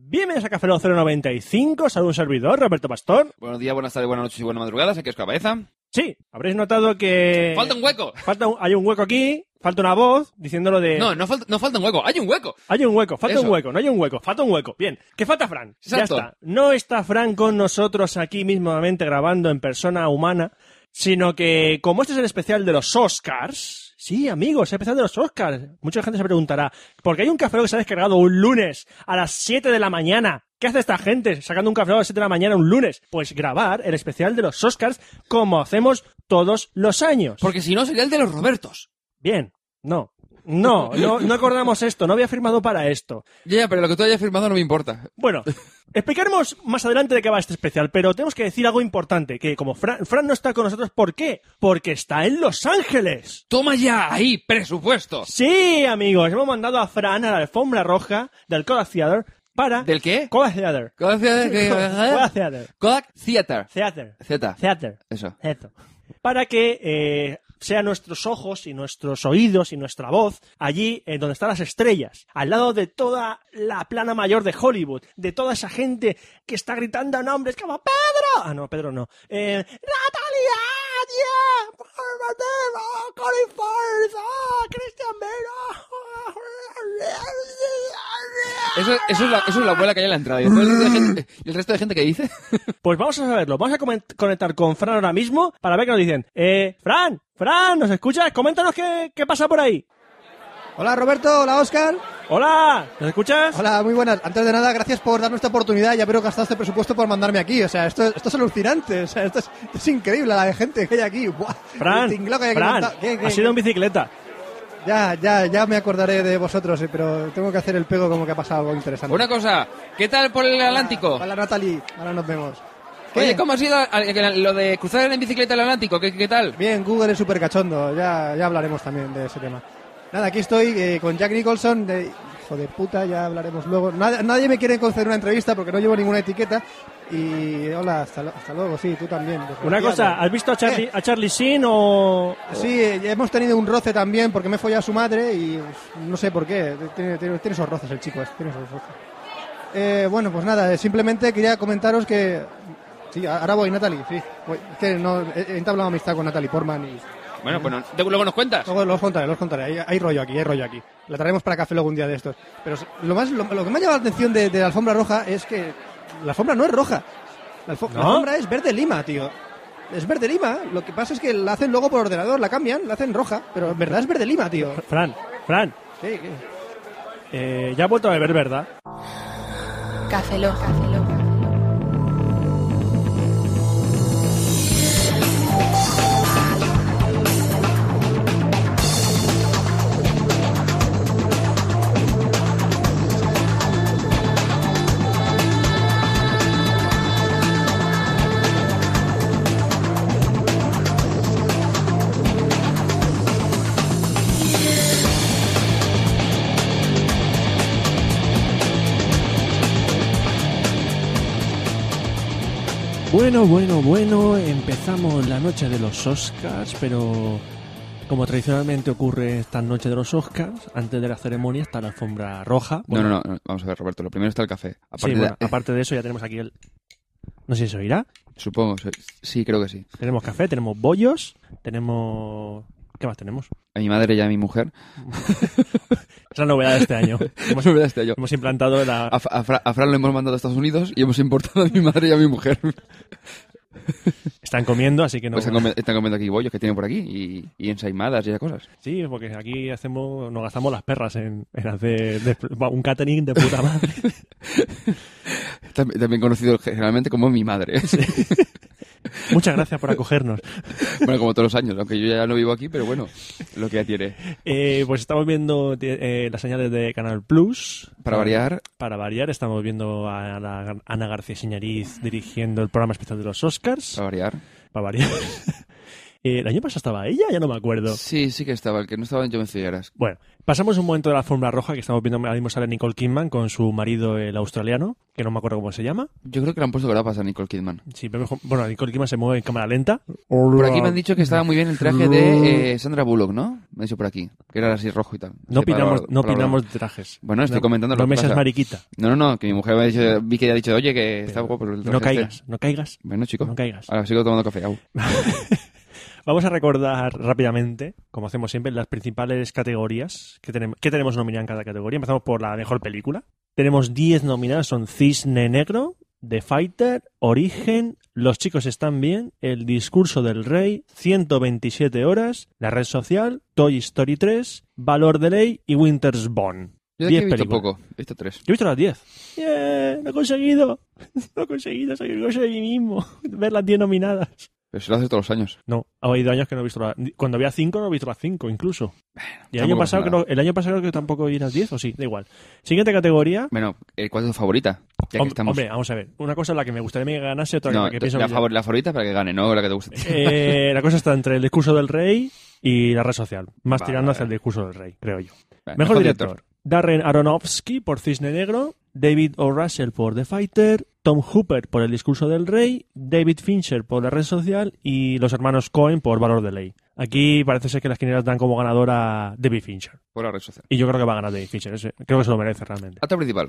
Bienvenidos a Café Lock 095, saludo un servidor, Roberto Pastor. Buenos días, buenas tardes, buenas noches y buenas madrugadas. Aquí os cabeza. Sí, habréis notado que... Falta un hueco. Falta un- hay un hueco aquí, falta una voz diciéndolo de... No, no, falta- no falta un hueco. Hay un hueco. Hay un hueco, falta un Eso. hueco, no hay un hueco, falta un hueco. Bien, que falta Fran. Exacto. Ya está. No está Fran con nosotros aquí mismamente grabando en persona humana, sino que como este es el especial de los Oscars, sí, amigos, el especial de los Oscars. Mucha gente se preguntará, ¿por qué hay un café que se ha descargado un lunes a las 7 de la mañana? ¿Qué hace esta gente sacando un café a las 7 de la mañana un lunes? Pues grabar el especial de los Oscars como hacemos todos los años. Porque si no sería el de los Robertos. Bien, no. No, no, no acordamos esto, no había firmado para esto. Ya, ya, pero lo que tú hayas firmado no me importa. Bueno, explicaremos más adelante de qué va este especial, pero tenemos que decir algo importante, que como Fran, Fran no está con nosotros, ¿por qué? Porque está en Los Ángeles. Toma ya ahí, presupuesto. Sí, amigos, hemos mandado a Fran a la alfombra roja del Kodak Theater para... ¿Del qué? Kodak Theater. Kodak Kodak Theater. Theater. eh, Kodak Theater. Theater. Z. Theater. Eso. Eso. Para que eh, sean nuestros ojos y nuestros oídos y nuestra voz allí en donde están las estrellas, al lado de toda la plana mayor de Hollywood, de toda esa gente que está gritando nombres como Pedro. Ah, no, Pedro no. Eh, Natalia, yeah, por favor, Colin Firth, ah, Christian ah, Bale, ah. Eso, eso, es la, eso es la abuela que hay en la entrada. Y, todo el resto de gente- ¿y el resto de gente que dice? Pues vamos a saberlo. Vamos a coment- conectar con Fran ahora mismo para ver qué nos dicen. Eh, Fran, Fran, ¿nos escuchas? Coméntanos qué, qué pasa por ahí. Hola Roberto, hola Oscar. Hola, ¿nos escuchas? Hola, muy buenas. Antes de nada, gracias por darme esta oportunidad. Ya veo gastado este presupuesto por mandarme aquí. O sea, esto, esto es alucinante. O sea, esto es, esto es increíble la de gente que hay aquí. Buah, el Fran, tinglao que hay aquí Fran, montado. ¿Qué, qué, ha sido en bicicleta. Ya, ya, ya me acordaré de vosotros, eh, pero tengo que hacer el pego como que ha pasado algo interesante. Una cosa, ¿qué tal por el Atlántico? Hola Natalie, ahora nos vemos. ¿Qué? Oye, ¿cómo ha sido eh, lo de cruzar en bicicleta el Atlántico? ¿Qué, qué tal? Bien, Google es súper cachondo. Ya, ya hablaremos también de ese tema. Nada, aquí estoy eh, con Jack Nicholson. De, hijo de puta, ya hablaremos luego. Nad- nadie me quiere conceder una entrevista porque no llevo ninguna etiqueta. Y hola, hasta, lo- hasta luego. Sí, tú también. Una desgraciado. cosa, ¿has visto a Charlie, a Charlie Sheen o...? Sí, eh, hemos tenido un roce también porque me he follado a su madre y pues, no sé por qué. Tiene, tiene- tiene esos roces el chico, este, tiene esos roces. Eh, bueno, pues nada, eh, simplemente quería comentaros que. Sí, a- ahora voy, Natalie, sí. Voy. Es que no, he, he entablado amistad con Natalie Portman y. Bueno, pues no- de- luego nos cuentas. Luego los contaré, los contaré. Hay, hay rollo aquí, hay rollo aquí. La traeremos para café luego un día de estos. Pero lo, más, lo, lo que me ha llamado la atención de, de la alfombra roja es que la alfombra no es roja. La, alfo- la ¿No? alfombra es verde lima, tío. Es verde lima. Lo que pasa es que la hacen luego por ordenador, la cambian, la hacen roja. Pero en verdad es verde lima, tío. Fran, Fran, Sí, sí. eh, ya ha vuelto a beber, ¿verdad? Café Lock. Bueno, bueno, bueno, empezamos la noche de los Oscars, pero como tradicionalmente ocurre esta noche de los Oscars, antes de la ceremonia está la alfombra roja. No, no, no, no, Vamos a ver, Roberto. Lo primero está el café. Sí, Aparte de- bueno, aparte de eso ya tenemos aquí el... No sé si se oirá. Supongo, sí, sí, creo que sí. Tenemos café, tenemos bollos, tenemos... ¿Qué más tenemos? A mi madre y a mi mujer. Es la novedad de este año. Hemos, hemos, hemos implantado A, la... Fra- a Fra- a Fran lo hemos mandado a Estados Unidos y hemos importado a mi madre y a mi mujer. Están comiendo, así que no... Pues están, comi- están comiendo aquí bollos que tienen por aquí y, y ensaimadas y esas cosas. Sí, porque aquí hacemos, nos gastamos las perras en, en hacer de- un catering de puta madre. Tam- También, conocido generalmente como mi madre. Muchas gracias por acogernos. bueno, como todos los años, aunque yo ya no vivo aquí, pero bueno, lo que ya tiene. Eh, pues estamos viendo eh, las señales de Canal Plus. Para variar, Para variar, estamos viendo a Ana, Ana Ah. García Señariz dirigiendo el programa especial de los Oscars. para variar. Para variar. Eh, ¿El año pasado estaba ella? Ya no me acuerdo. Sí, sí que estaba. El que no estaba en Yo me cellaras. Bueno, pasamos un momento de la fórmula roja que estamos viendo ahora mismo sale Nicole Kidman con su marido, el australiano, que no me acuerdo cómo se llama. Yo creo que le han puesto grapas a Nicole Kidman. Sí, pero mejor- bueno, Nicole Kidman se mueve en cámara lenta. Por aquí me han dicho que estaba muy bien el traje de eh, Sandra Bullock, ¿no? Me han dicho por aquí. Que era así rojo y tal. No Sí, para- opinamos, no para- opinamos de trajes. Bueno, estoy No- comentando lo No que me seas pasa. mariquita. No, no, no. Que mi mujer me ha dicho, vi que ya ha dicho, oye, que está guapo. Pero el traje No este". caigas, no caigas. Bueno, chico. No caigas. Ahora sigo tomando café. au. Vamos a recordar rápidamente, como hacemos siempre, las principales categorías que tenemos, que tenemos nominada en cada categoría. Empezamos por la mejor película. Tenemos 10 nominadas, son Cisne Negro, The Fighter, Origen, Los chicos están bien, El discurso del rey, 127 horas, La red social, Toy Story 3, Valor de ley y Winter's Bone. Yo de aquí 10 he visto películas. poco. He visto tres. Yo he visto las 10. ¡Bien! ¡Lo he conseguido! Lo he conseguido, soy orgulloso de mí mismo. Ver las 10 nominadas. Pero se lo hace todos los años. No, ha habido años que no he visto la... Cuando había cinco, no he visto las cinco, incluso. y el año, tampoco pasado, pasa nada. creo- el año pasado creo que tampoco vi las diez, o sí, da igual. Siguiente categoría... Bueno, eh, ¿cuál es tu favorita? Ya que Hom- estamos. Hombre, vamos a ver. Una cosa es la que me gustaría que ganase, otra no, la que pienso... la, que- favor- la favorita para que gane, no la que te guste. a ti. Eh, la cosa está entre el discurso del rey y la red social. Más Vale, tirando vale. hacia el discurso del rey, creo yo. Ah, Vale, Mejor, director. Darren Aronofsky por Cisne Negro, David O. Russell por The Fighter, Tom Hooper por El Discurso del Rey, David Fincher por La Red Social y los hermanos Cohen por Valor de Ley. Aquí parece ser que las quinielas dan como ganadora a David Fincher. Por la red social. Y yo creo que va a ganar David Fincher. ese- Creo que se lo merece realmente. Actor principal.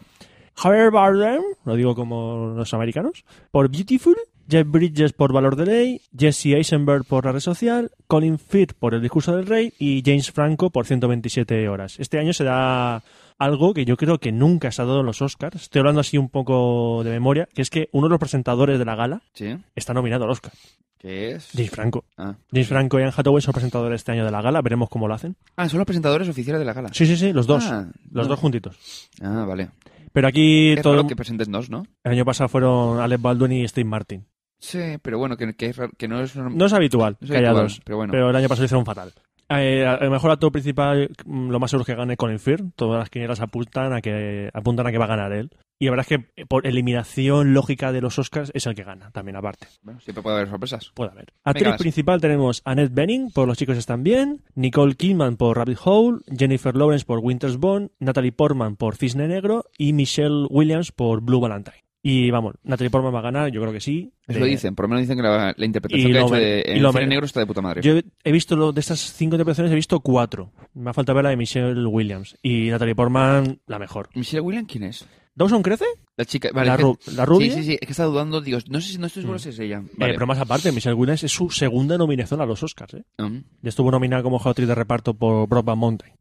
Javier Bardem, lo digo como los americanos, por Beautiful, Jeff Bridges por Valor de Ley, Jesse Eisenberg por La Red Social, Colin Firth por El Discurso del Rey y James Franco por 127 horas. Este año se da algo que yo creo que nunca se ha dado en los Oscars. Estoy hablando así un poco de memoria, que es que uno de los presentadores de la gala Sí. está nominado al Oscar. ¿Qué es? James Franco. Ah. James Franco y Anne Hathaway son presentadores este año de la gala, veremos cómo lo hacen. Ah, son los presentadores oficiales de la gala. Sí, sí, sí, los dos. Ah, los no. dos juntitos. Ah, vale. Pero aquí Es todo raro que presentes dos, ¿no? el año pasado fueron Alex Baldwin y Steve Martin. Sí, pero bueno, que, que, es raro- que no es normal. No es habitual No que es haya habitual, dos, pero, pero bueno. el año pasado hicieron fatal. Eh, a lo mejor actor principal, mm, lo más seguro es que gane Colin Firth. Todas las quinielas apuntan a que apuntan a que va a ganar él. Y la verdad es que eh, por eliminación lógica de los Oscars es el que gana, también aparte. Bueno, siempre puede haber sorpresas. Puede haber. Actriz vas. principal tenemos Annette Bening por Los chicos están bien, Nicole Kidman por Rabbit Hole, Jennifer Lawrence por Winter's Bone, Natalie Portman por Cisne Negro y Michelle Williams por Blue Valentine. Y vamos, Natalie Portman va a ganar, yo creo que sí. Eso De- lo dicen, por lo menos dicen que la, la interpretación Y que ha lo hecho mere- de y en lo Cine mere- Negro está de puta madre. Yo he- he visto lo- de estas cinco interpretaciones, he visto cuatro. Me ha falta ver la de Michelle Williams. Y Natalie Portman, la mejor. ¿Michelle Williams quién es? ¿Dawson crece? La chica. Vale, la, es que- ru- la rubia. Sí, sí, sí, es que está dudando, digo, no sé si no estoy seguro Mm. si es ella. Eh, Vale. pero más aparte, Michelle Williams es su segunda nominación a los Oscars. ¿eh? Mm. Ya estuvo nominada como mejor actriz de reparto por Broadband Mountain.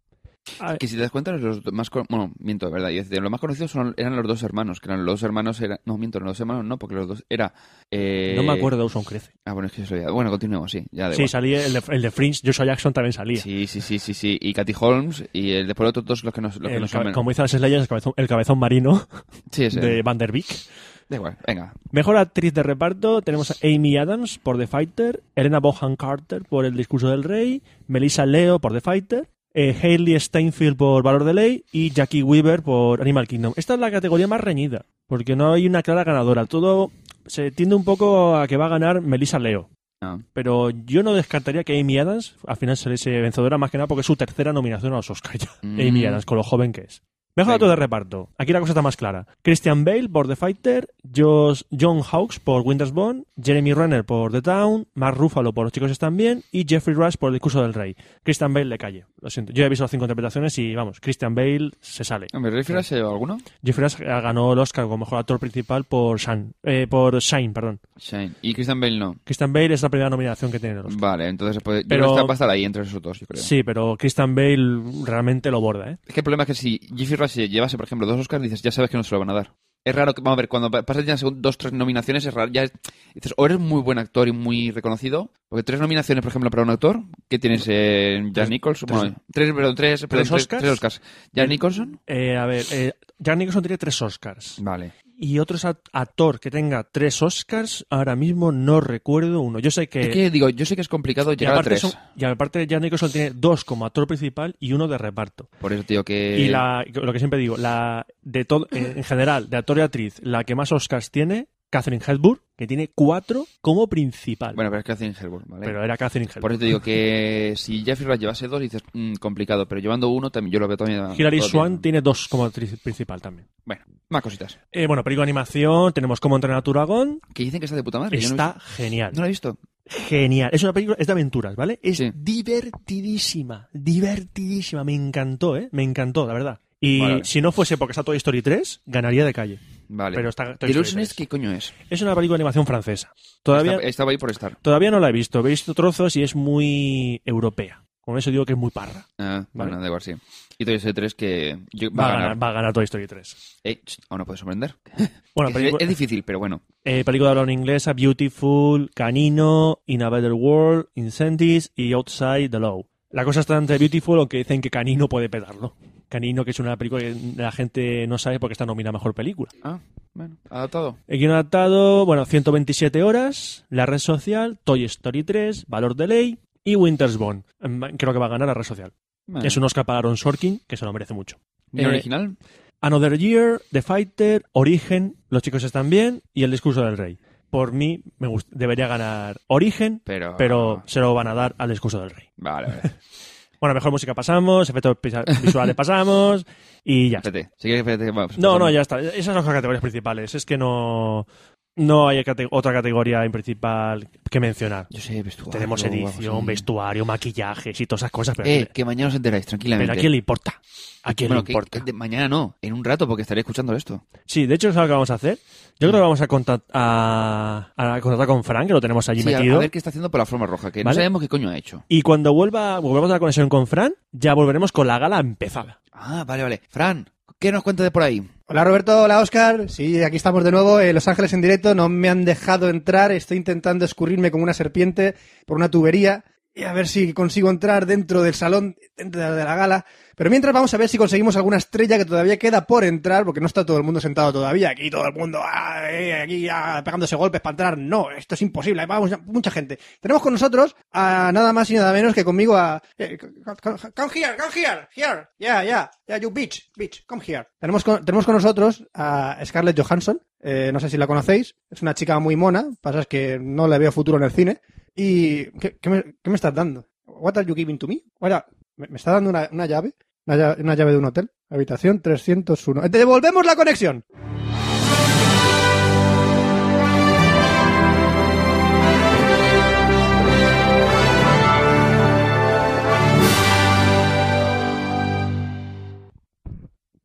Ah, Que si te das cuenta, los dos más. con- Bueno, miento, de verdad. Yo decía, los más conocidos son- eran los dos hermanos. Que eran los dos hermanos. Era... No, miento, los dos hermanos no, porque los dos era. eh, no me acuerdo de Dawson crece. Ah, bueno, es que eso ya. Bueno, continuemos, sí. Ya da Sí, igual. salía el de, el de Fringe, Joshua Jackson también salía. sí, sí, sí, sí, sí. Y Katy Holmes. Y el, después los otros dos, los que nos. Los que El nos cabe- llaman. como hizo las Slayers, el cabezón, el cabezón marino Sí, ese. de Van der Beek. Da igual, venga. Mejor actriz de reparto tenemos a Amy Adams por The Fighter, Elena Bohan Carter por El Discurso del Rey, Melissa Leo por The Fighter, eh, Hailey Steinfeld por Valor de Ley y Jackie Weaver por Animal Kingdom. Esta es la categoría más reñida, porque no hay una clara ganadora. Todo se tiende un poco a que va a ganar Melissa Leo. Ah. Pero yo no descartaría que Amy Adams al final saliese vencedora, más que nada porque es su tercera nominación a los Oscars ya. Mm. Amy Adams, con lo joven que es. Mejor Venga. actor de reparto. Aquí la cosa está más clara. Christian Bale por The Fighter, Josh- John Hawkes por Winter's Bone, Jeremy Renner por The Town, Mark Ruffalo por Los chicos están bien y Jeffrey Rush por El discurso del rey. Christian Bale le calle. Lo siento. Yo ya he visto las cinco interpretaciones y vamos, Christian Bale se sale. ¿Me refieres a alguno? Jeffrey Rush eh, ganó el Oscar como mejor actor principal por Shine, eh, por Shine, perdón. Shane. Y Christian Bale no. Christian Bale es la primera nominación que tiene en el Oscar. Vale, entonces pues, yo Pero- creo que está- va a estar ahí entre esos dos, yo creo. Sí, pero Christian Bale realmente lo borda, ¿eh? Es que el problema es que si Jeffrey Rush llevase, por ejemplo, dos Oscars, dices, ya sabes que no se lo van a dar. Es raro que, vamos a ver, cuando pa- pasas ya según dos, tres nominaciones, es raro. Ya es- dices, o eres muy buen actor y muy reconocido, porque tres nominaciones, por ejemplo, para un actor, que tienes eh, Jack Tres- Nicholson, tres- bueno, tres, perdón, tres, perdón, tres- Oscars? tres Oscars. Jack Nicholson, Eh, a ver, eh, Jack Nicholson tiene tres Oscars. vale. Y otro sa- actor que tenga tres Oscars, ahora mismo no recuerdo uno. Yo sé que... es que digo, yo sé que es complicado Eh, y, llegar a aparte tres. son- y aparte Jack Nicholson tiene dos como actor principal y uno de reparto. Por eso, tío, que. Y la, lo que eh, siempre digo, la de todo en en general, de actor y actriz, la que más Oscars tiene, Catherine Hepburn, que tiene cuatro como principal. Bueno, pero es Catherine Hellburn, ¿vale? pero era Catherine Hellburg. Por eso te digo que si Jeffrey Rush llevase dos, dices, mm, complicado, pero llevando uno, también yo lo veo también. Hilary todo Swan bien. tiene dos como actriz principal también. Bueno, más cositas. Eh, bueno, película de animación, tenemos Cómo entrenar a tu dragón. Que dicen que está de puta Ah, madre. yo no he Está genial. visto- no la he visto. Genial. Es una película, es de aventuras, ¿vale? Es Sí. divertidísima, divertidísima. Me encantó, ¿eh? Me encantó, la verdad. Y Vale. si no fuese porque está Toy Story 3, ganaría de calle. Vale. Pero está- está- ¿The Illusionist qué coño es? Es una película de animación francesa. Todavía, Está- estaba ahí por estar. todavía no la he visto. He visto trozos y es muy europea. Con eso digo que es muy parra. Ah, Vale. Bueno, da igual, sí. Y Toy Story 3 que yo- Va, a ganar. va a ganar Toy Story 3. Eh, ch, o no puede sorprender. Bueno, Que es, película, es difícil, pero bueno. eh, película de habla en inglesa, Beautiful, Canino, In a Better World, Incentives y Outside the Law. La cosa está entre Beautiful, aunque dicen que Canino puede pedarlo. Canino, que es una película que la gente no sabe porque está nominada a Mejor Película. Ah, bueno. Adaptado. El guion adaptado, bueno, 127 horas, La Red Social, Toy Story 3, Valor de Ley y Winter's Bone. Mm, Creo que va a ganar La Red Social. Bueno. Es un Oscar para Aaron Sorkin, que se lo merece mucho. ¿Guion eh, original? Another Year, The Fighter, Origen, Los chicos están bien y El discurso del rey. Por mí me gust- debería ganar Origen, Pero... pero se lo van a dar al discurso del rey. Vale, vale. Bueno, mejor música pasamos, efectos pisa- visuales pasamos y ya. está. Espérate. Si quieres, espérate. bueno, pues, No, no, pasamos. ya está. Esas son las categorías principales. Es que no no hay cate- otra categoría en principal que mencionar. Yo sé, vestuario. Tenemos edición, guapo, sí. vestuario, maquillajes y todas esas cosas, pero, Eh, que mañana os enteráis, tranquilamente. pero ¿a quién le importa? ¿A quién Bueno, le que- importa? que de- mañana no, en un rato, porque estaré escuchando esto. Sí, de hecho es algo que vamos a hacer. Yo creo que vamos a, contact- a, a contratar con Frank, que lo tenemos allí Sí, a, metido. a ver qué está haciendo por la forma roja, que no Vale. sabemos qué coño ha hecho. Y cuando vuelva, volvamos a la conexión con Fran, ya volveremos con la gala empezada. Ah, vale, vale. Fran, ¿qué nos cuentas de por ahí? Hola Roberto, hola Oscar. Sí, aquí estamos de nuevo en Los Ángeles en directo. No me han dejado entrar. Estoy intentando escurrirme como una serpiente por una tubería y a ver si consigo entrar dentro del salón, dentro de la gala. Pero mientras vamos a ver si conseguimos alguna estrella que todavía queda por entrar, porque no está todo el mundo sentado todavía. Aquí todo el mundo ah, eh, aquí ah, pegándose golpes para entrar. No, esto es imposible. Hay vamos, mucha gente. Tenemos con nosotros a nada más y nada menos que conmigo a eh, come come here, come here, here, yeah, yeah, yeah, you bitch, bitch, come here. Tenemos con, tenemos con nosotros a Scarlett Johansson. Eh, no sé si la conocéis. Es una chica muy mona. Pasa es que no le veo futuro en el cine. Y ¿qué, qué me, qué me estás dando? What are you giving to me? What are- me, me está dando una, una llave. Una llave, una llave de un hotel. Habitación 301. ¡Te devolvemos la conexión!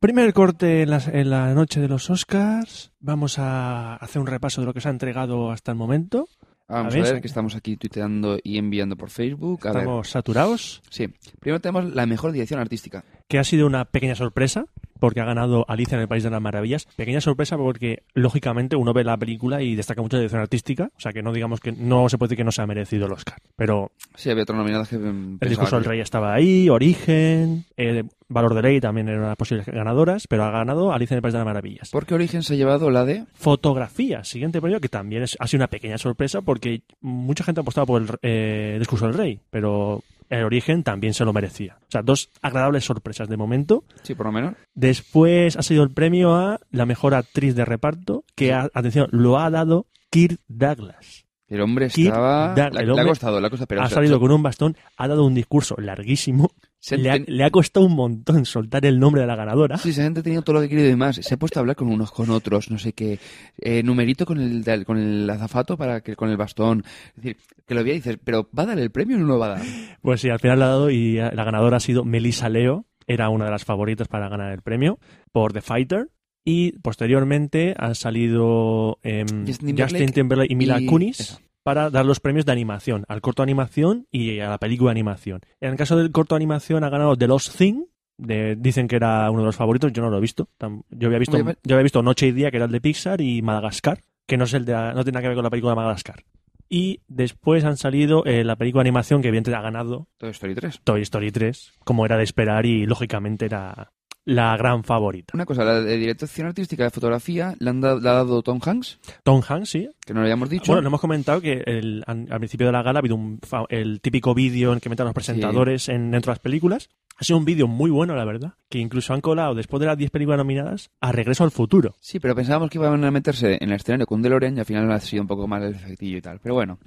Primer corte en las- en la, noche de los Oscars. Vamos a hacer un repaso de lo que se ha entregado hasta el momento. Vamos A a, ver, ver, sí. que estamos aquí tuiteando y enviando por Facebook. A ver, Estamos saturados, sí. Primero tenemos la mejor dirección artística. que ha sido una pequeña sorpresa, porque ha ganado Alicia en el País de las Maravillas. Pequeña sorpresa porque, lógicamente, uno ve la película y destaca mucho la dirección artística. O sea, que no digamos que no se puede decir que no se ha merecido el Oscar. Pero Sí, había otro nominado que... mm, El pensaba discurso del que- rey estaba ahí, Origen, eh, Valor de Ley también eran las posibles ganadoras, pero ha ganado Alicia en el País de las Maravillas. ¿Por qué Origen se ha llevado la de...? Fotografía, siguiente premio, que también es- ha sido una pequeña sorpresa porque mucha gente ha apostado por el eh, discurso del rey, pero el Origen también se lo merecía. O sea, dos agradables sorpresas de momento. Sí, por lo menos. Después ha sido el premio a la mejor actriz de reparto, que, a- atención, lo ha dado Kirk Douglas. El hombre Kirk estaba... Douglas, la- el le ha hombre costado, le ha costado. Pero, ha o sea, salido se- con un bastón, ha dado un discurso larguísimo, se ha le ha, ¿Ah? enten- le ha costado un montón soltar el nombre de la ganadora. Sí, se ha entretenido todo lo que ha querido y más. Se ha puesto a hablar con unos con otros, no sé qué. Eh, numerito con el, del- con el azafato para que con el bastón. Es decir, que lo veía y dices, ¿pero va a dar el premio o no lo va a dar? Pues sí, al final la ha dado y eh, la ganadora ha sido Melissa Leo. Era una de las favoritas para ganar el premio por The Fighter. Y posteriormente han salido em, Justin Justin, Timberlake Timberlake y Mila y Kunis esa. para dar los premios de animación, al corto de animación y a la película de animación. En el caso del corto de animación ha ganado The Lost Thing. de- dicen que era uno de los favoritos, yo no lo he visto. Tam- Yo había visto, Hombre, yo había visto Noche y Día, que era el de Pixar, y Madagascar, que no, es el de, la- no tiene nada que ver con la película de Madagascar. Y después han salido eh, la película de animación que evidentemente ha ganado Toy Story 3. Toy Story 3, como era de esperar y lógicamente era la gran favorita. Una cosa, la de dirección artística de fotografía la, han dado- la ha dado Tom Hanks, Tom Hanks, sí. que no lo habíamos dicho. Bueno, no hemos comentado que el- an- al principio de la gala ha habido un fa- el típico vídeo en el que meten a los presentadores en, dentro de las películas. Ha sido un vídeo muy bueno, la verdad, que incluso han colado, después de las 10 películas nominadas, a Regreso al Futuro. Sí, pero pensábamos que iban a meterse en el escenario con un DeLorean y al final ha sido un poco más el efectillo y tal. Pero bueno,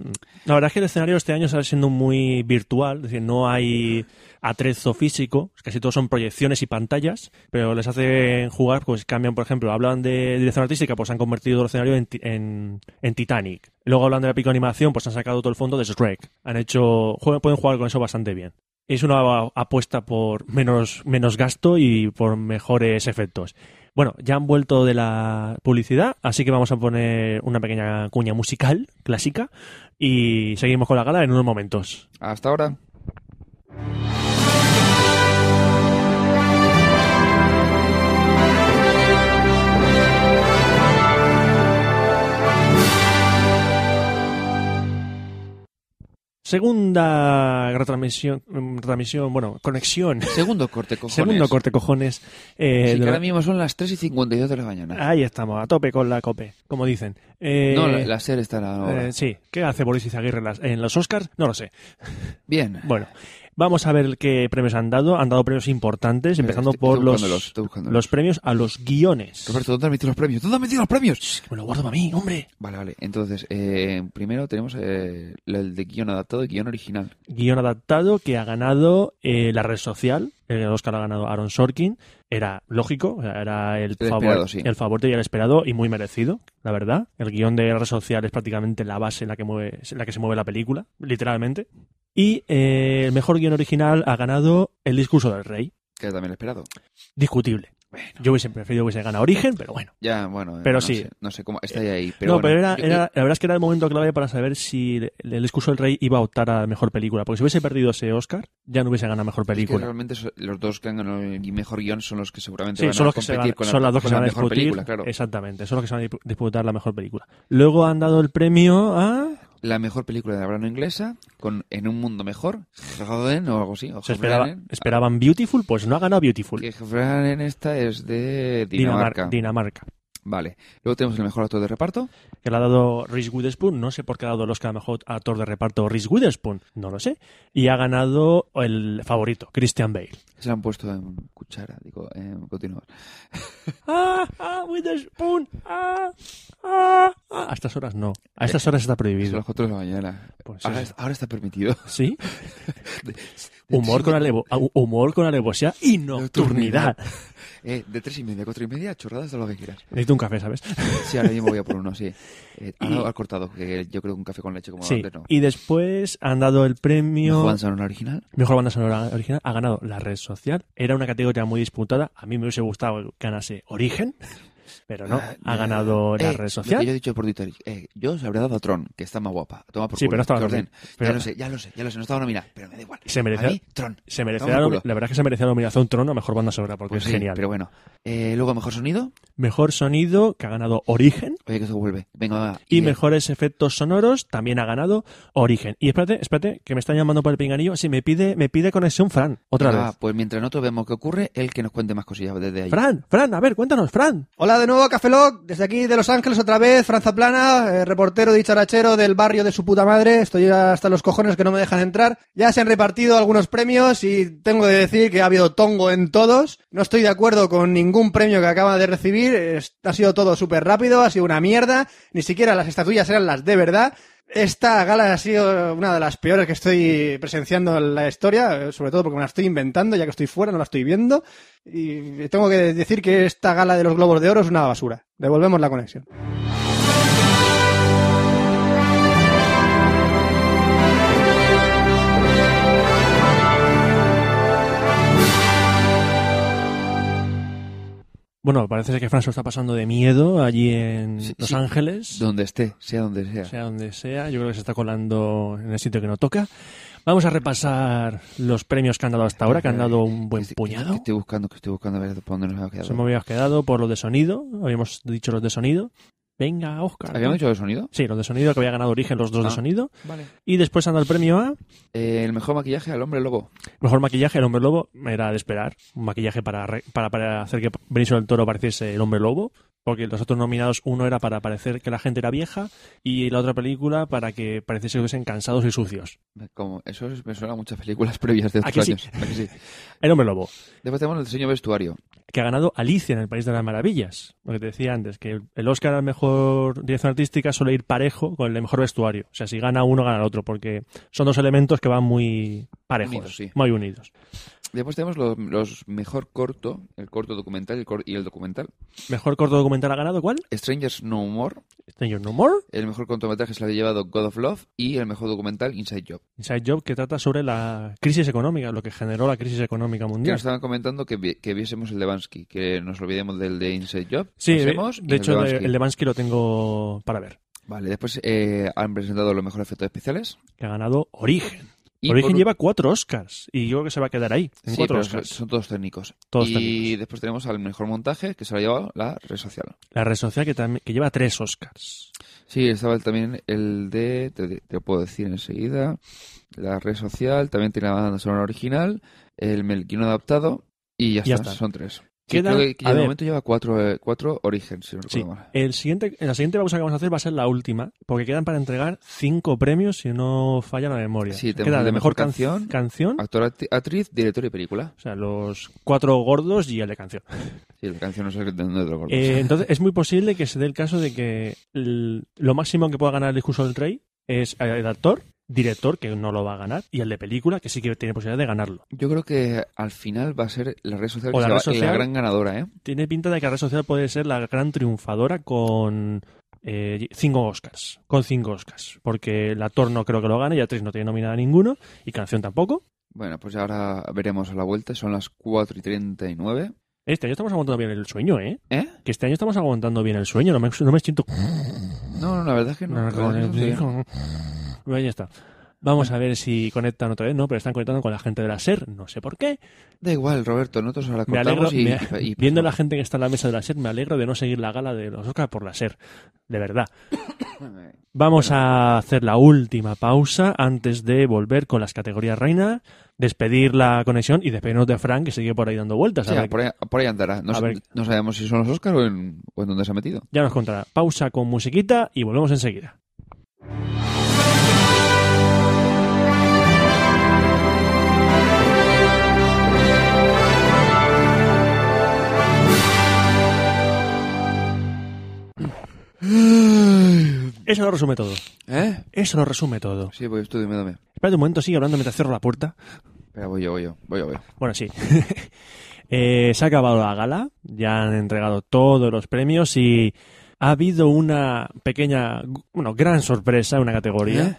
La verdad es que el escenario este año está siendo muy virtual, es decir, no hay atrezo físico, casi todos son proyecciones y pantallas, pero les hacen jugar, pues cambian, por ejemplo, hablan de dirección artística, pues han convertido el escenario en, ti- en, en Titanic. Luego hablan de la pico animación, pues han sacado todo el fondo de Shrek. Han hecho, juegan- pueden jugar con eso bastante bien. Es una apuesta por menos, menos gasto y por mejores efectos. Bueno, ya han vuelto de la publicidad, así que vamos a poner una pequeña cuña musical clásica y seguimos con la gala en unos momentos. hasta ahora. Segunda retransmisión, mm, retransmisión bueno, conexión. Segundo corte, cojones. Segundo corte cojones. eh, de Sí, que la- ahora mismo son las 3 y 52 de la mañana. Ahí estamos, a tope con la cope, como dicen. Eh, no, la, la serie está la hora. eh, sí, ¿qué hace Boris Izaguirre en las- en los Oscars? No lo sé. Bien. Bueno, vamos a ver qué premios han dado. Han dado premios importantes, empezando Eh, estoy- por estoy los, buscándolos, estoy buscándolos. los premios a los guiones. Roberto, ¿dónde han metido los premios? ¿Dónde han metido los premios? Me lo guardo para mí, hombre. Vale, vale. Entonces, eh, primero tenemos eh, el de guión adaptado y guión original. Guión adaptado que ha ganado eh, la red social. El Oscar lo ha ganado Aaron Sorkin. Era lógico, o sea, era el, El favor, esperado, sí. el favorito y el esperado y muy merecido, la verdad. El guión de la red social es prácticamente la base en la que, mueve, en la que se mueve la película, literalmente. Y eh, el mejor guión original ha ganado El discurso del rey. Que era también el esperado. Discutible. Yo hubiese preferido que se gana Origen, pero bueno. Ya, bueno. eh, Pero no sí. Eh, sé- no sé cómo. Está ahí, ahí. Pero no, bueno. pero era, Yo- era- la verdad es que era el momento clave para saber si el, el discurso del rey iba a optar a mejor película. Porque si hubiese perdido ese Oscar, ya no hubiese ganado mejor Es que película. realmente so- los dos que han ganado el mejor guión son los que seguramente Sí, van son a los que se competir van, con la, son las dos que con se la van a mejor disputir. película, claro. Exactamente, son los que se van a dip- disputar la mejor película. Luego han dado el premio a. La mejor película de habla no inglesa con En un mundo mejor, Joden o algo así. O Se esperaba- Hofranen. esperaban Beautiful, pues no ha ganado Beautiful. Que Hofranen esta es de Dinamarca. Dinamar- Dinamarca. Vale. Luego tenemos el mejor actor de reparto. Que le ha dado Reese Witherspoon. No sé por qué ha dado el Oscar a mejor actor de reparto Reese Witherspoon. No lo sé. Y ha ganado el favorito, Christian Bale. Se la han puesto en cuchara. Digo, eh, continúa. ¡Ah! ¡Ah! Witherspoon! ¡Ah! ¡Ah! ¡Ah! A estas horas no. A Eh, estas horas está Son prohibido. las 4 de la mañana. Pues sí, ahora, sí. es- ahora está permitido. ¿Sí? Humor con, alevo, hu- humor con alevosía y nocturnidad. Eh, de 3 y media a 4 y media, chorradas de lo que quieras. Necesito un café, ¿sabes? Sí, ahora mismo voy a por uno, sí. Eh, Y- ahora al cortado, que yo creo que un café con leche como Sí. antes no. Y después han dado el premio Juan Sanón original. Mejor Banda Sonora Original. Ha ganado La Red Social. Era una categoría muy disputada. A mí me hubiese gustado que ganase Origen, pero no. Ah, Ha ya. ganado La Eh, Red Lo que yo Social. he dicho por Twitter, eh, yo os habría dado a Tron, que está más guapa. Toma por Sí, culo, pero no estaba que nominada. ordenen. Pero- Pues Ya lo sé, ya lo sé, ya lo sé, no estaba nominada, pero me da igual. Se A merecía, mí, Tron. se merecía Toma la, por la culo. verdad es que se merecía la nominación Trono a Mejor Banda Sonora porque Pues es sí, genial. pero bueno. Eh, luego, mejor sonido. Mejor sonido que ha ganado Origen. Oye, que se vuelve. Venga, va. Y eh, mejores efectos sonoros también ha ganado Origen. Y espérate, espérate, que me están llamando por el pinganillo. Sí, me pide, me pide conexión Fran, otra venga, va, vez. pues mientras nosotros vemos qué ocurre, él que nos cuente más cosillas desde ahí. Fran, Fran, a ver, cuéntanos, Fran. Hola de nuevo, Café Lock, desde aquí de Los Ángeles otra vez, Franza Plana, eh, reportero dicharachero del barrio de su puta madre, estoy hasta los cojones que no me dejan entrar. Ya se han repartido algunos premios y tengo que decir que ha habido tongo en todos. No estoy de acuerdo con ningún premio que acaba de recibir, es- ha sido todo súper rápido, ha sido una mierda, ni siquiera las estatuillas eran las de verdad. Esta gala ha sido una de las peores que estoy presenciando en la historia, eh, sobre todo porque me la estoy inventando, ya que estoy fuera, no la estoy viendo. Y tengo que decir que esta gala de los Globos de Oro es una basura. Devolvemos la conexión. Bueno, parece que Fran se lo está pasando de miedo allí en Sí, Los sí. Ángeles. Donde esté, sea donde sea. Sea donde sea, yo creo que se está colando en el sitio que no toca. Vamos a repasar los premios que han dado hasta ahora, que han dado un buen Que- que- Que puñado. estoy buscando, que estoy buscando este, a ver por dónde nos ha Nos quedado. habíamos quedado por los de sonido, habíamos dicho los de sonido. Venga, Oscar. ¿Habíamos dicho el sonido? Sí, los de sonido que había ganado Origen, los dos de Ah. sonido. Vale. Y después han dado el premio a Eh, el mejor maquillaje al hombre lobo. Mejor maquillaje, el hombre lobo, era de esperar. Un maquillaje para, re- para, para hacer que Benicio del Toro pareciese el hombre lobo. Porque los otros nominados, uno era para parecer que la gente era vieja y la otra película para que pareciese que estuviesen cansados y sucios. Como, eso es- me suena a muchas películas previas de ¿A estos que sí? años. ¿A que sí? El hombre lobo, Después tenemos el diseño vestuario. que ha ganado Alicia en el País de las Maravillas. Lo que te decía antes, que el Oscar al mejor dirección artística suele ir parejo con el de mejor vestuario. O sea, si gana uno, gana el otro, porque son dos elementos que van muy parejos, Unidos, sí. muy unidos. Después tenemos los, los mejor corto, el corto documental y el cor- y el documental. Mejor corto documental ha ganado, ¿cuál? Strangers No More. Stranger No More. El mejor cortometraje se lo ha llevado God of Love y el mejor documental Inside Job. Inside Job que trata sobre la crisis económica, lo que generó la crisis económica Que mundial. nos estaban comentando que, vi- que viésemos el de Bansky, que nos olvidemos del de Inside Job. Sí, de, pasemos, y de hecho de- Bansky. el de Bansky lo tengo para ver, Vale, después eh, han presentado los mejores efectos especiales. que ha ganado Origen. Y Origen por- lleva cuatro Oscars y yo creo que se va a quedar ahí, en Sí, cuatro pero Oscars. son todos técnicos. Todos y técnicos. después tenemos al mejor montaje, que se lo ha llevado la red social. La red social que, también- que lleva tres Oscars. Sí, estaba el- también el de, te, te lo puedo decir enseguida, la red social, también tiene la banda sonora original, el melquino adaptado y ya, Ya está, está. son tres. Sí, Queda- creo que, que a de ver. momento lleva cuatro, eh, cuatro origen, si no Sí. recuerdo mal. El siguiente, la siguiente pausa que vamos a hacer va a ser la última, porque quedan para entregar cinco premios si no falla la memoria. Sí, tenemos Queda el de de mejor mejor can- canción. Ah. canción, Actor, acti- actriz, director y película. o sea, los cuatro gordos y el de canción. Sí, la canción no sé de dónde lo corto. Eh, entonces, es muy posible que se dé el caso de que el- lo máximo que pueda ganar el discurso del rey es eh, el actor, director, que no lo va a ganar, y el de película, que sí que tiene posibilidad de ganarlo. Yo creo que al final va a ser la red social, O que la se red va- social. gran ganadora, ¿eh? Tiene pinta de que la red social puede ser la gran triunfadora con eh, cinco Oscars. Con cinco Oscars. Porque el actor no creo que lo gane, y actriz no tiene nominada ninguno, y canción tampoco. Bueno, pues ahora veremos a la vuelta. Son las 4 y 39. Este año estamos aguantando bien el sueño, ¿eh? ¿Eh? Que este año estamos aguantando bien el sueño, no me, no me siento... No, no, la verdad es que no. La verdad es que no estoy bien. Bueno, ya está. Vamos a ver si conectan otra vez, ¿no? Pero están conectando con la gente de la SER, no sé por qué. Da igual, Roberto. Nosotros ahora Me alegro, cortamos y, me- y- pues y- viendo la gente que está en la mesa de la SER, me alegro de no seguir la gala de los Oscar por la SER, de verdad. Vamos a hacer la última pausa antes de volver con las categorías reina, despedir la conexión y despedirnos de Frank, que sigue por ahí dando vueltas. a Sí, ver- por, ahí, por ahí andará. No, A sé- ver. no sabemos si son los Oscar o en, o en dónde se ha metido. Ya nos contará. Pausa con musiquita y volvemos enseguida. Eso lo resume todo. ¿Eh? Eso lo resume todo. Sí, voy, tú dime, dame. Espérate un momento, sigue hablando mientras cierro la puerta. Espera, voy yo, voy yo. Voy yo, voy yo. Bueno, sí. Eh, se ha acabado la gala, ya han entregado todos los premios y ha habido una pequeña, bueno, gran sorpresa en una categoría. ¿Eh?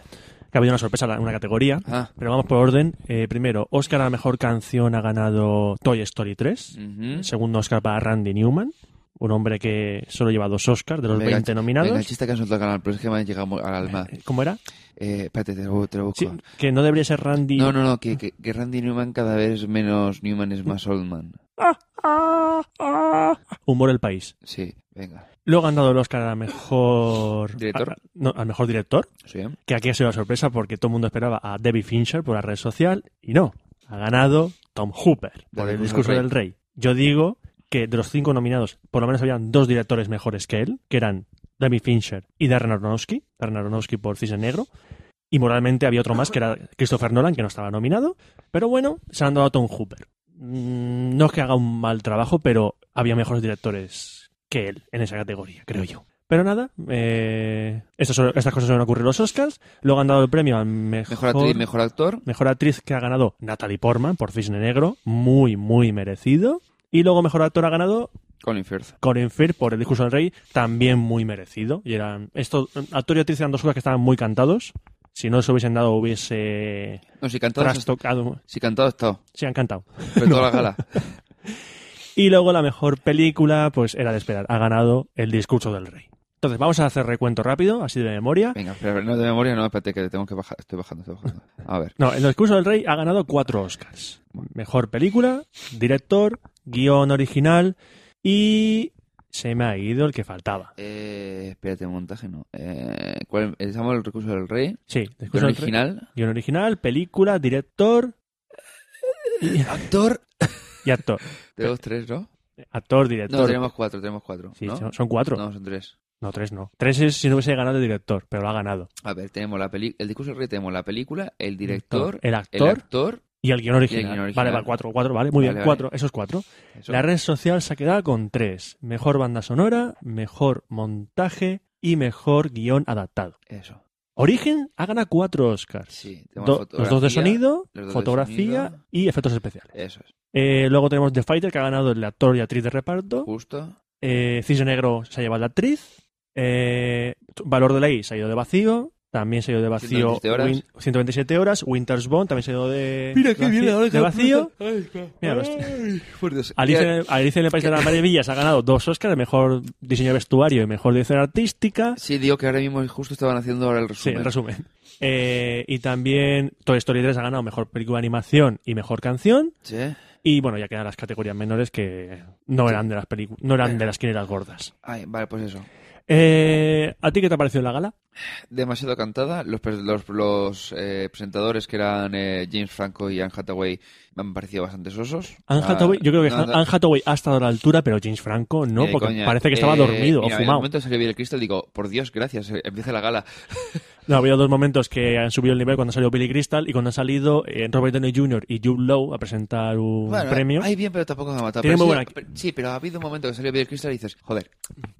Que ha habido una sorpresa en una categoría. Ah. Pero vamos por orden. Eh, primero, Oscar a la mejor canción ha ganado Toy Story 3. ujú. Segundo Oscar para Randy Newman, un hombre que solo lleva dos Oscars de los Venga, 20 Venga, el nominados. chiste que han soltado al canal, pero es que me han llegado al alma. ¿Cómo era? Eh, espérate, te lo, te lo busco. Sí, que no debería ser Randy. No, no, no, que, que, que Randy Newman cada vez es menos Newman, es más Oldman. Ah, ah. Humor el país. Sí, venga. Luego han dado el Oscar a mejor ¿Director? a- no, al mejor director, Sí, ¿eh? que aquí ha sido la sorpresa porque todo el mundo esperaba a Debbie Fincher por la red social y no, ha ganado Tom Hooper por Del el discurso del rey. Yo digo que de los cinco nominados, por lo menos habían dos directores mejores que él, que eran Debbie Fincher y Darren Aronofsky, Darren Aronofsky por Cisne Negro. Y moralmente había otro más que era Christopher Nolan, que no estaba nominado. Pero bueno, se han dado a Tom Hooper. Mm, No es que haga un mal trabajo, pero había mejores directores que él en esa categoría, creo yo. Pero nada, eh, estas, son- estas cosas suelen ocurrir en los Oscars. Luego han dado el premio al mejor, Mejor actriz, mejor actor. mejor actriz que ha ganado Natalie Portman por Cisne Negro. Muy, muy merecido. Y luego mejor actor ha ganado Colin Firth. Colin Firth por El discurso del rey, también muy merecido. Y eran, esto, actor y actriz eran dos cosas que estaban muy cantados. Si no se hubiesen dado, hubiese No, si cantado, trastocado. si cantado he estado. Se han cantado. Pero toda la gala. Y luego la mejor película, pues era de esperar. Ha ganado El discurso del rey. Entonces, vamos a hacer recuento rápido, así de memoria. Venga, pero no de memoria, no, espérate, que tengo que bajar. Estoy bajando, estoy bajando. A ver. No, El discurso del rey ha ganado cuatro Oscars. Mejor película, director, guión original y se me ha ido el que faltaba. Eh, espérate, montaje no. Eh, ¿cuál, estamos en el recurso del rey. Sí, El discurso del rey. original. Guión original, película, director Actor. y actor. De dos, tres, ¿no? Actor, No, director. tenemos cuatro, tenemos cuatro. Sí, ¿no? son, son cuatro. No. No, son tres. tres no. Tres es si no hubiese ganado el director, pero lo ha ganado. A ver, tenemos la peli el discurso del rey, tenemos la película, el director, El el actor actor. y el guión original. guion original. Vale, vale, cuatro, cuatro, vale. Muy Vale, bien, vale. cuatro, esos cuatro. eso. La red social se ha quedado con tres. Mejor banda sonora, mejor montaje y mejor guión adaptado. Eso. Origen ha ganado cuatro Oscars. Sí, tenemos Do- los dos de fotografía, sonido, los dos de fotografía sonido. y efectos especiales. Eso es. Eh, luego tenemos The Fighter, que ha ganado el actor y actriz de reparto. Justo. Eh, Cisne Negro se ha llevado la actriz. Eh, Valor de Ley se ha ido de vacío. También se ha ido de vacío 127 horas. 127 horas. Winter's Bone también se ha ido de, de vaci- de vacío. Mira, hostia. Por Dios. Alicia, Eh, en el- Alicia en el País de las Maravillas ha ganado dos Oscars, el mejor diseño de vestuario y mejor dirección artística. Sí, digo que ahora mismo justo estaban haciendo ahora el Sí, resumen. en resumen. Eh, y también Toy Story 3 ha ganado mejor película de animación y mejor canción. Sí. Y bueno, ya quedan las categorías menores que no eran de las películas, no eran de las quineras gordas. Ay, vale, pues eso. Eh, ¿A ti qué te ha parecido la gala? Demasiado cantada. Los, pre- los, los, eh, presentadores que eran eh, James Franco y Anne Hathaway me han parecido bastante sosos. Anne Ah, Hathaway, yo creo que no, no, Han- Anne Hathaway ha estado a la altura, pero James Franco no, ni de porque coña. parece que estaba Eh, dormido mira, o En el fumado. momento en el que vi el cristal digo, por Dios, gracias, eh, empieza la gala. No, ha habido dos momentos que han subido el nivel cuando ha salido Billy Crystal y cuando han salido eh, Robert Downey Jr. y Jude Law a presentar un Bueno, premio. Ay, bien, pero tampoco me ha matado. Tiene Pero muy sí, buena- pero- sí, pero ha habido un momento que salió Peter Crystal y dices, joder,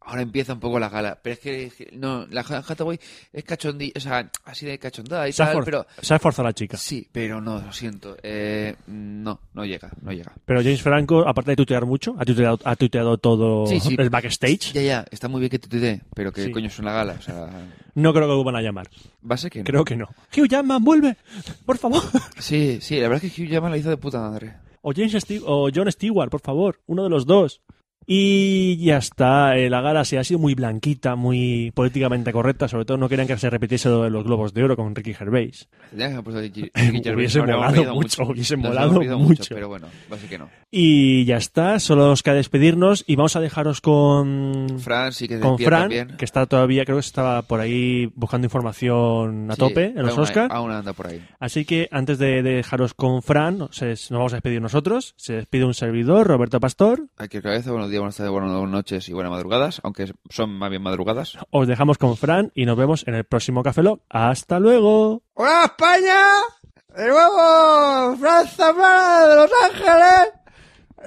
ahora empieza un poco la gala. Pero es que, es que no, la Ha- Hathaway es cachondi, o sea, así de cachondada y se, ha tal, for- pero... se ha esforzado la chica. Sí, pero no, lo siento. Eh, no, no llega, no llega. Pero James Franco, aparte de tuitear mucho, ha tuiteado, ha tuiteado todo Sí, sí. el backstage. Ya, ya, está muy bien que te tuitee, pero que Sí. coño es una gala, o sea... No creo que lo van a llamar. Va a ser que no. Creo que no. Hugh Jackman, vuelve, por favor. Sí, sí, la verdad es que Hugh Jackman la hizo de puta madre. O, James Ste- o John Stewart, por favor. Uno de los dos. Y ya está. eh, la gala se ha sido muy blanquita, muy políticamente correcta. Sobre todo no querían que se repitiese lo de los Globos de Oro con Ricky Gervais. Tendrían que haber puesto a Hugh- Hugh Jackman, Hubiese nos habríamos molado reído mucho, hubiese Nos molado habríamos reído mucho. Pero bueno, va a ser que no. Y ya está. Solo nos queda despedirnos y vamos a dejaros con... Fran sí que se con despierta Fran, bien. que está todavía, creo que estaba por ahí buscando información a Sí, tope en los aún- Oscars. Aún anda por ahí. Así que antes de dejaros con Fran, se- nos vamos a despedir nosotros. Se despide un servidor, Roberto Pastor. Aquí el cabeza, buenos días, buenas tardes, buenas noches y buenas madrugadas, aunque son más bien madrugadas. Os dejamos con Fran y nos vemos en el próximo Café Lock. ¡Hasta luego! ¡Hola España! ¡De nuevo! ¡Franz Zamora de Los Ángeles!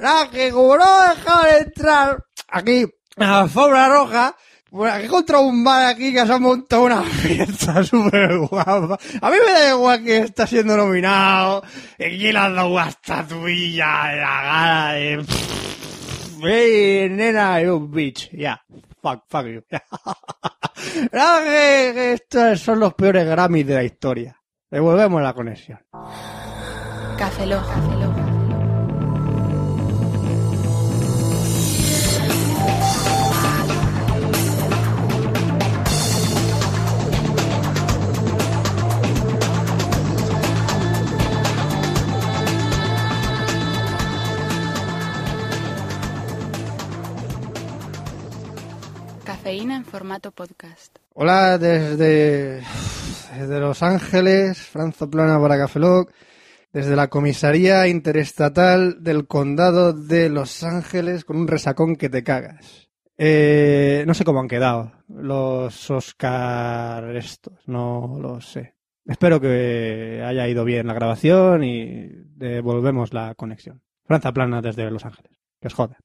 La que como no dejaban entrar aquí a la Fobra Roja, pues aquí contra un bar aquí que se ha montado una fiesta súper guapa. A mí me da igual que está siendo nominado, que quién le han dado una estatuilla en la gala de... Ey, nena, you bitch, ya. Fuck, fuck you. No, que- que estos son los peores Grammys de la historia. Devolvemos la conexión. Café Lock. Café Lock. Cafeína en formato podcast. Hola desde, desde Los Ángeles, Franzo Plana para Café Lock, desde la comisaría interestatal del condado de Los Ángeles con un resacón que te cagas. Eh, no sé cómo han quedado los Oscar estos, no lo sé. Espero que haya ido bien la grabación y devolvemos la conexión. Franza Plana desde Los Ángeles. Que os joda.